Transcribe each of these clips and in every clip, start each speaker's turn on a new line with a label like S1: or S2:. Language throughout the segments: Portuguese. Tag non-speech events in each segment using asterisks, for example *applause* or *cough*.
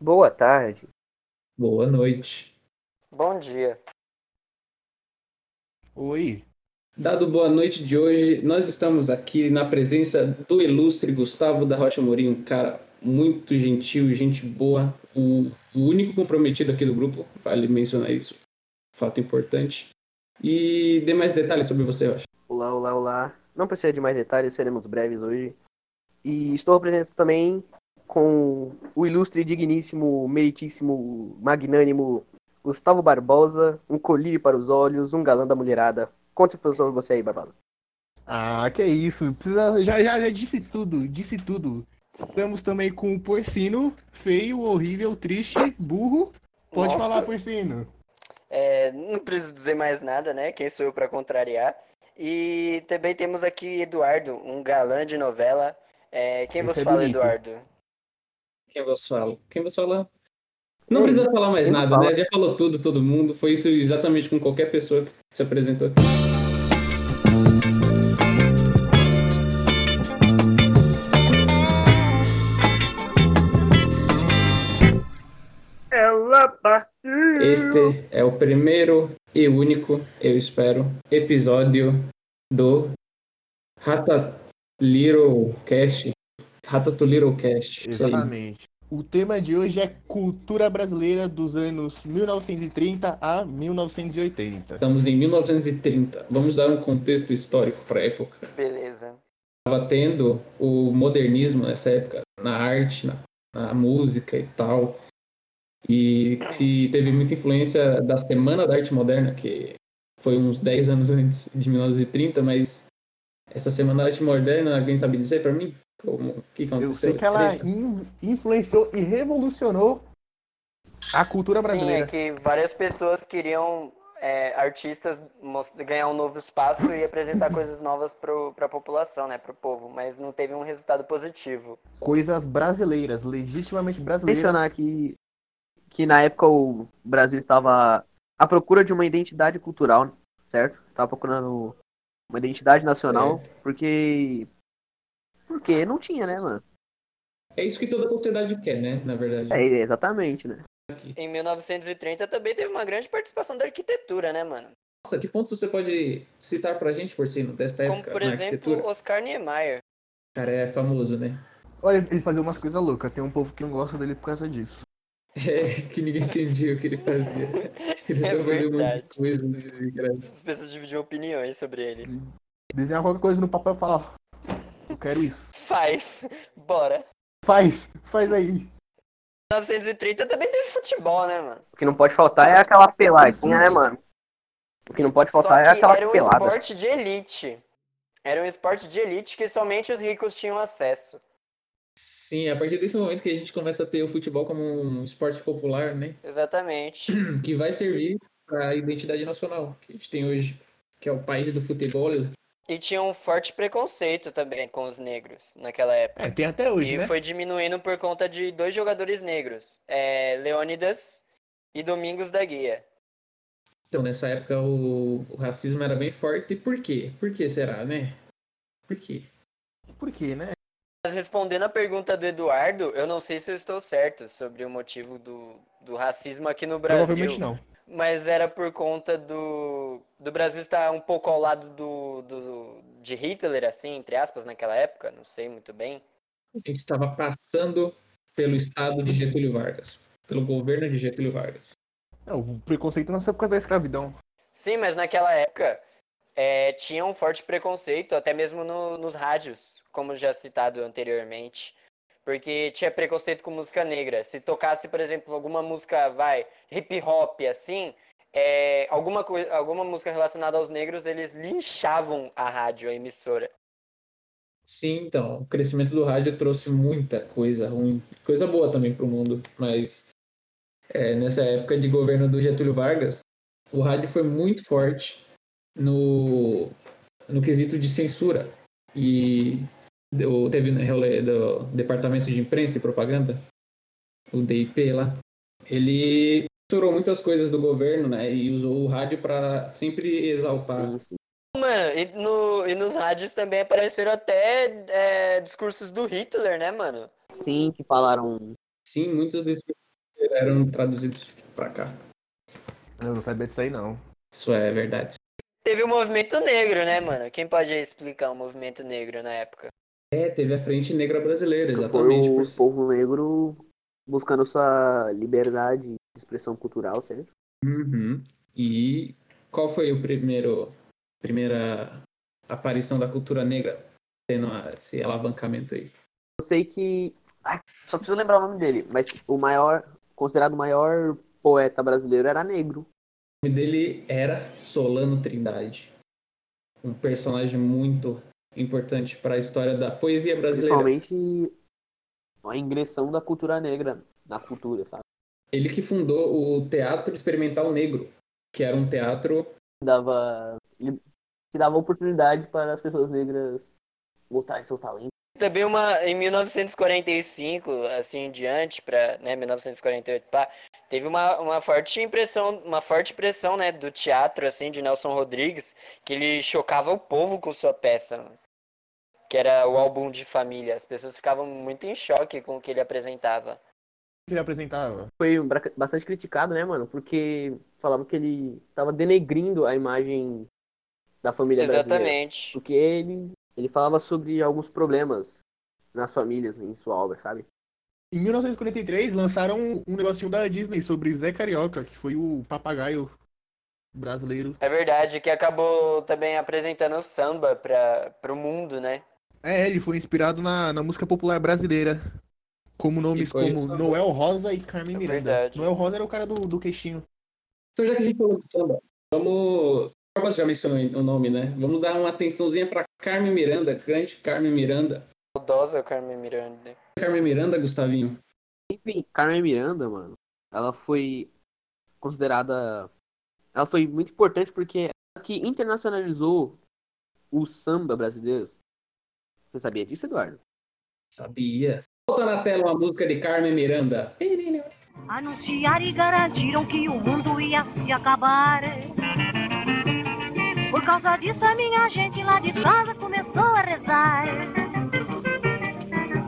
S1: Boa tarde.
S2: Boa noite.
S3: Bom dia.
S4: Oi.
S2: Dado boa noite de hoje, nós estamos aqui na presença do ilustre Gustavo da Rocha Mourinho, um cara muito gentil, gente boa, o, o único comprometido aqui do grupo, vale mencionar isso, fato importante. E dê mais detalhes sobre você, Rocha.
S1: Olá, olá, olá. Não precisa de mais detalhes, seremos breves hoje. E estou presente também com o ilustre, digníssimo, meritíssimo, magnânimo Gustavo Barbosa, um colírio para os olhos, um galã da mulherada. Conte sobre você aí, Barbosa.
S4: Ah, que isso. Precisa... Já, já, já disse tudo, disse tudo. Estamos também com o porcino, feio, horrível, triste, burro. Pode
S3: Nossa.
S4: falar, porcino.
S3: É, não preciso dizer mais nada, né? Quem sou eu para contrariar? E também temos aqui Eduardo, um galã de novela. É, quem
S4: Esse
S3: você
S4: é
S3: fala,
S4: bonito.
S3: Eduardo?
S2: Quem vos fala? Quem vos fala? Não
S1: Oi,
S2: precisa falar mais
S1: quem vos
S2: nada,
S1: fala?
S2: né? Já falou tudo, todo mundo. Foi isso exatamente com qualquer pessoa que se apresentou aqui.
S1: Ela partiu.
S2: Este é o primeiro e único, eu espero, episódio do Ratatuliro Cast. Ratatuliro Cast. isso aí.
S4: Exatamente. O tema de hoje é cultura brasileira dos anos 1930 a 1980.
S2: Estamos em 1930. Vamos dar um contexto histórico para a época.
S3: Beleza.
S2: estava tendo o modernismo nessa época, na arte, na, na música e tal, e que teve muita influência da Semana da Arte Moderna, que foi uns 10 anos antes de 1930, mas essa Semana da Arte Moderna, alguém sabe dizer para mim? Como, o que aconteceu?
S4: Eu
S3: é
S4: sei que ela é
S2: Treta?
S4: in- influenciou e revolucionou a cultura
S3: Sim, é
S4: brasileira.
S3: que várias pessoas queriam é, artistas mos- ganhar um novo espaço e apresentar
S4: *laughs*
S3: coisas novas para a população, né? Para o povo, mas não teve um resultado positivo.
S4: Coisas brasileiras, legitimamente brasileiras.
S1: mencionar que, que na época o Brasil estava à procura de uma identidade cultural, certo? Estava procurando uma identidade nacional, porque. Porque não tinha, né, mano?
S2: É isso que toda sociedade quer, né? Na verdade.
S1: É, exatamente, né?
S3: Em 1930 também teve uma grande participação da arquitetura, né, mano?
S2: Nossa, que pontos você pode citar pra gente, por cima, desta
S4: É,
S3: Como,
S2: época
S3: por
S2: na
S3: exemplo,
S2: arquitetura?
S3: Oscar Niemeyer.
S2: O cara é famoso, né?
S4: Olha, ele fazia umas coisas loucas. Tem um povo que não gosta dele por causa disso.
S2: É, *laughs* que ninguém entendia o que ele
S3: *laughs*
S2: fazia. Ele
S3: É
S2: só fazia um monte
S3: verdade.
S2: de coisa desgraçada.
S3: As pessoas dividiam opiniões sobre ele.
S4: Desenhar qualquer coisa no papel e falar, ó, eu quero isso.
S3: Faz. Bora.
S4: Faz, faz aí.
S3: 1930 também teve futebol, né, mano?
S1: O que não pode faltar é aquela peladinha, né, mano? O que não pode
S3: Só
S1: faltar
S3: que
S1: é aquela
S3: era um
S1: pelada.
S3: esporte de elite. Era um esporte de elite que somente os ricos tinham acesso.
S2: Sim, a partir desse momento que a gente começa a ter o futebol como um esporte popular, né?
S3: Exatamente.
S2: Que vai servir para a identidade nacional que a gente tem hoje, que é o país do futebol.
S3: E tinha um forte preconceito também com os negros naquela época.
S4: É, tem até hoje,
S3: E
S4: né?
S3: foi diminuindo por conta de dois jogadores negros. É, Leônidas e Domingos da Guia.
S2: Então, nessa época, o, o racismo era bem forte. Por quê? Por que será, né? Por quê?
S4: Por quê, né?
S3: Mas respondendo a pergunta do Eduardo, eu não sei se eu estou certo sobre o motivo do, do racismo aqui no Brasil.
S4: Provavelmente não.
S3: Mas era por conta do, do Brasil estar um pouco ao lado do, do, de Hitler, assim, entre aspas, naquela época, não sei muito bem.
S2: A gente estava passando pelo estado de Getúlio Vargas, pelo governo de Getúlio Vargas.
S4: Não, o preconceito não é só por causa da escravidão.
S3: Sim, mas naquela época é, tinha um forte preconceito, até mesmo no- nos rádios, como já citado anteriormente. Porque tinha preconceito com música negra. Se tocasse, por exemplo, alguma música, vai, hip hop, assim, é, alguma, coi- alguma música relacionada aos negros, eles linchavam a rádio, a emissora.
S2: Sim, então, o crescimento do rádio trouxe muita coisa ruim, coisa boa também para o mundo, mas é, nessa época de governo do Getúlio Vargas, o rádio foi muito forte no, no quesito de censura e deu- teve né, rolê do Departamento de Imprensa e Propaganda, o DIP lá, ele censurou muitas coisas do governo, né, e usou o rádio para sempre exaltar
S1: Sim, sim.
S3: Mano, e, no, e nos rádios também apareceram até é, discursos do Hitler, né, mano?
S1: Sim, que falaram.
S2: Sim, muitos discursos eram traduzidos pra cá.
S4: Eu não sabia disso aí, não.
S2: Isso é verdade.
S3: Teve o movimento negro, né, mano? Quem pode explicar o movimento negro na época?
S2: É, teve a Frente Negra Brasileira,
S1: Que foi
S2: exatamente.
S1: o
S2: por-
S1: povo negro buscando sua liberdade de expressão cultural, certo?
S2: Uhum. E qual foi o primeiro primeira aparição da cultura negra tendo a- esse alavancamento aí?
S1: Eu sei que. Ai, só preciso lembrar o nome dele, mas o maior. Considerado o maior poeta brasileiro era negro.
S2: O nome dele era Solano Trindade. Um personagem muito importante para a história da poesia brasileira.
S1: Principalmente a ingressão da cultura negra na cultura, sabe?
S2: Ele que fundou o Teatro Experimental Negro, que era um teatro
S1: Que dava. Que dava oportunidade para as pessoas negras botarem seus talentos.
S3: Também uma, em 1945, assim em diante, pra, né, 1948, pá, teve uma, uma forte impressão, uma forte pressão, né, do teatro, assim, de Nelson Rodrigues, que ele chocava o povo com sua peça, mano. que era o álbum de família. As pessoas ficavam muito em choque com o que ele apresentava.
S4: Que ele apresentava.
S1: foi bra- bastante criticado, né, mano? Porque falava que ele tava denegrindo a imagem da família brasileira.
S3: Exatamente.
S1: Porque ele, ele falava sobre alguns problemas nas famílias em sua obra, sabe?
S4: Em 1943, lançaram um- um negocinho da Disney sobre Zé Carioca, que foi o papagaio brasileiro.
S3: É verdade que acabou também apresentando o samba para o mundo, né?
S4: É, ele foi inspirado na, na música popular brasileira. Como nomes
S2: E foi
S4: como
S2: isso.
S4: Noel Rosa e Carmen
S3: É
S4: Miranda.
S3: verdade.
S4: Noel Rosa era o cara do, do queixinho.
S2: Então, já que a gente falou de samba, vamos. O Corbas já mencionou o nome, né? Vamos dar uma atençãozinha para Carmen Miranda, grande Carmen Miranda.
S3: Saudosa Carmen Miranda.
S2: Carmen Miranda, Gustavinho.
S1: Enfim, Carmen Miranda, mano, ela foi considerada. Ela foi muito importante porque ela que internacionalizou o samba brasileiro. Você sabia disso, Eduardo?
S2: Sabia. Solta na tela uma música de Carmen Miranda.
S5: Anunciaram e garantiram que o mundo ia se acabar. Por causa disso, a minha gente lá de casa começou a rezar.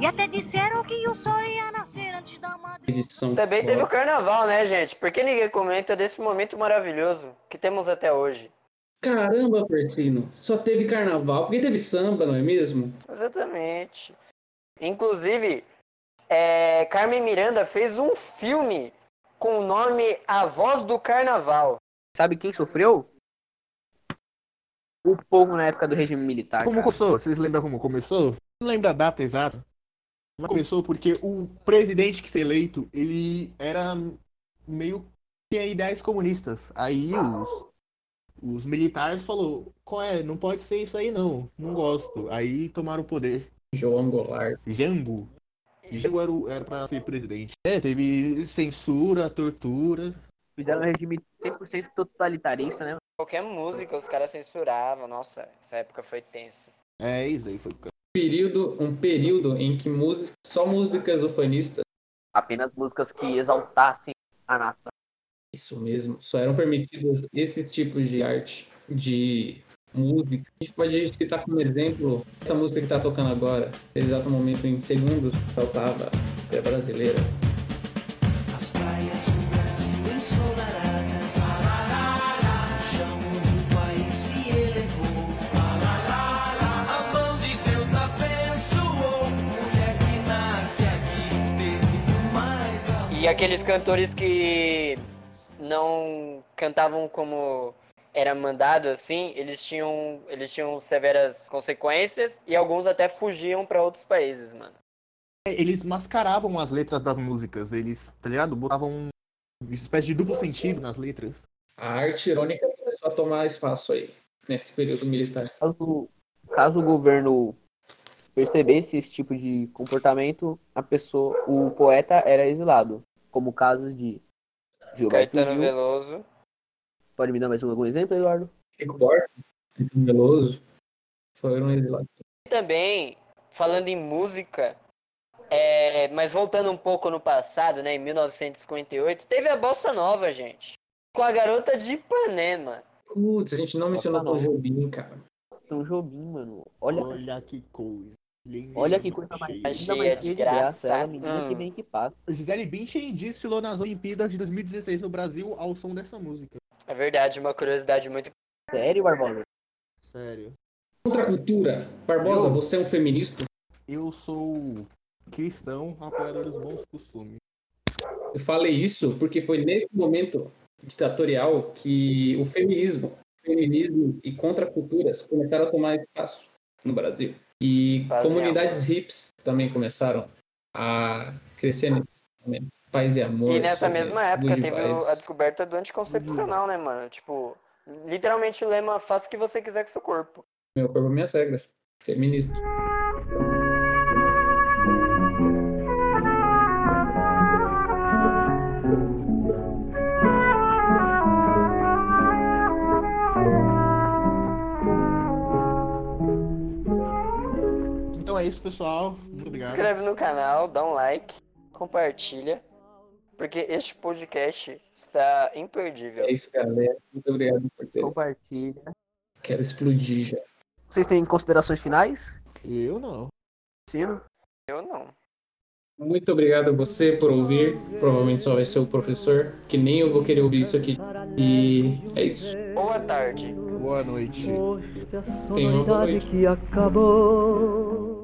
S5: E até disseram que o sol ia nascer antes da madrugada.
S2: Edição
S3: Também teve o
S2: foda.
S3: carnaval, né, gente? Por que ninguém comenta desse momento maravilhoso que temos até hoje?
S2: Caramba, Persino. Só teve carnaval. Porque teve samba, não é mesmo?
S3: Exatamente. Inclusive, é, Carmen Miranda fez um filme com o nome A Voz do Carnaval.
S1: Sabe quem sofreu? O povo na época do regime militar.
S4: Como
S1: cara.
S4: começou? Vocês lembram como começou? Não lembro a data exata. Mas começou porque o presidente que se eleito, ele era meio tinha ideias comunistas. Aí os, os militares falou, qual é? Não pode ser isso aí não. Não gosto. Aí tomaram o poder.
S2: João Goulart.
S4: Jambo. Jambo era, o- era pra ser presidente. É, teve censura, tortura.
S1: Fizeram um regime 100% totalitarista, né?
S3: Qualquer música os caras censuravam. Nossa, essa época foi tensa.
S4: É isso aí, foi o
S2: Período, um período em que música, só músicas ufanistas,
S1: Apenas músicas que exaltassem a nação.
S2: isso mesmo, só eram permitidas esses tipos de arte, de música. A gente pode citar como exemplo essa música que tá tocando agora, nesse exato momento, em segundos, faltava, é brasileira.
S6: As praias do Brasil ensolaradas. Chão do país se elevou. A mão de Deus abençoou. Mulher que nasce aqui, pedindo mais amor.
S3: E aqueles cantores que não cantavam como era mandado assim, eles tinham, eles tinham severas consequências e alguns até fugiam para outros países, mano.
S4: É, Eles mascaravam as letras das músicas, eles, tá ligado? Botavam uma espécie de duplo sentido nas letras.
S2: A arte irônica começou a tomar espaço aí, nesse período militar.
S1: Caso, caso o governo percebesse esse tipo de comportamento, a pessoa, o poeta era exilado. Como casos de Gilberto
S3: Caetano
S1: Gil.
S3: Veloso.
S1: Pode me dar mais um, algum exemplo, Eduardo?
S2: Chico Borges, Antônio Veloso, foram exilados.
S3: E também, falando em música, é, mas voltando um pouco no passado, né, em 1958, teve a Bossa Nova, gente. Com a garota de Ipanema.
S2: Putz, a gente não mencionou o Jobim, cara.
S1: Tom Jobim, um mano. Olha,
S4: Olha que coisa.
S1: Olha que coisa mais
S4: Cheia.
S3: Mas
S1: linda,
S3: cheia
S1: mas
S3: de
S1: cheia de graça. É
S3: graça.
S1: uma menina que
S4: Ah.
S1: vem que passa.
S4: Gisele Bündchen desfilou nas Olimpíadas de 2016 no Brasil ao som dessa música.
S3: É verdade, uma curiosidade muito.
S1: Sério, Barbosa?
S4: Sério.
S2: Contra a cultura. Barbosa,
S4: Eu?
S2: você é um feminista?
S4: Eu sou cristão, apoiador dos bons costumes.
S2: Eu falei isso porque foi nesse momento ditatorial que o feminismo, feminismo e contraculturas começaram a tomar espaço no Brasil. E
S3: Paz e
S2: comunidades hips também começaram a crescer nesse momento. Paz e amor.
S3: E nessa
S2: sabe? é
S3: mesma época
S2: Good
S3: teve o-
S2: vibes.
S3: a descoberta do anticoncepcional, né, mano? Tipo, literalmente o lema: faça o que você quiser com seu corpo.
S2: Meu corpo, minhas regras. Feminista.
S4: Então é isso, pessoal. Muito obrigado.
S3: Inscreve no canal, dá um like, compartilha. Porque este podcast está imperdível.
S2: É isso, galera. Muito obrigado por ter.
S1: Compartilha.
S2: Quero explodir já.
S1: Vocês têm considerações finais? né?
S4: Eu não.
S1: Sino?
S3: Eu não.
S2: Muito obrigado a você por ouvir. Provavelmente só vai ser o professor, que nem eu vou querer ouvir isso aqui. E é isso.
S3: Boa tarde.
S4: Boa noite.
S7: Hoje a
S2: Tenha uma boa
S7: sonoridade
S2: noite.
S7: que acabou.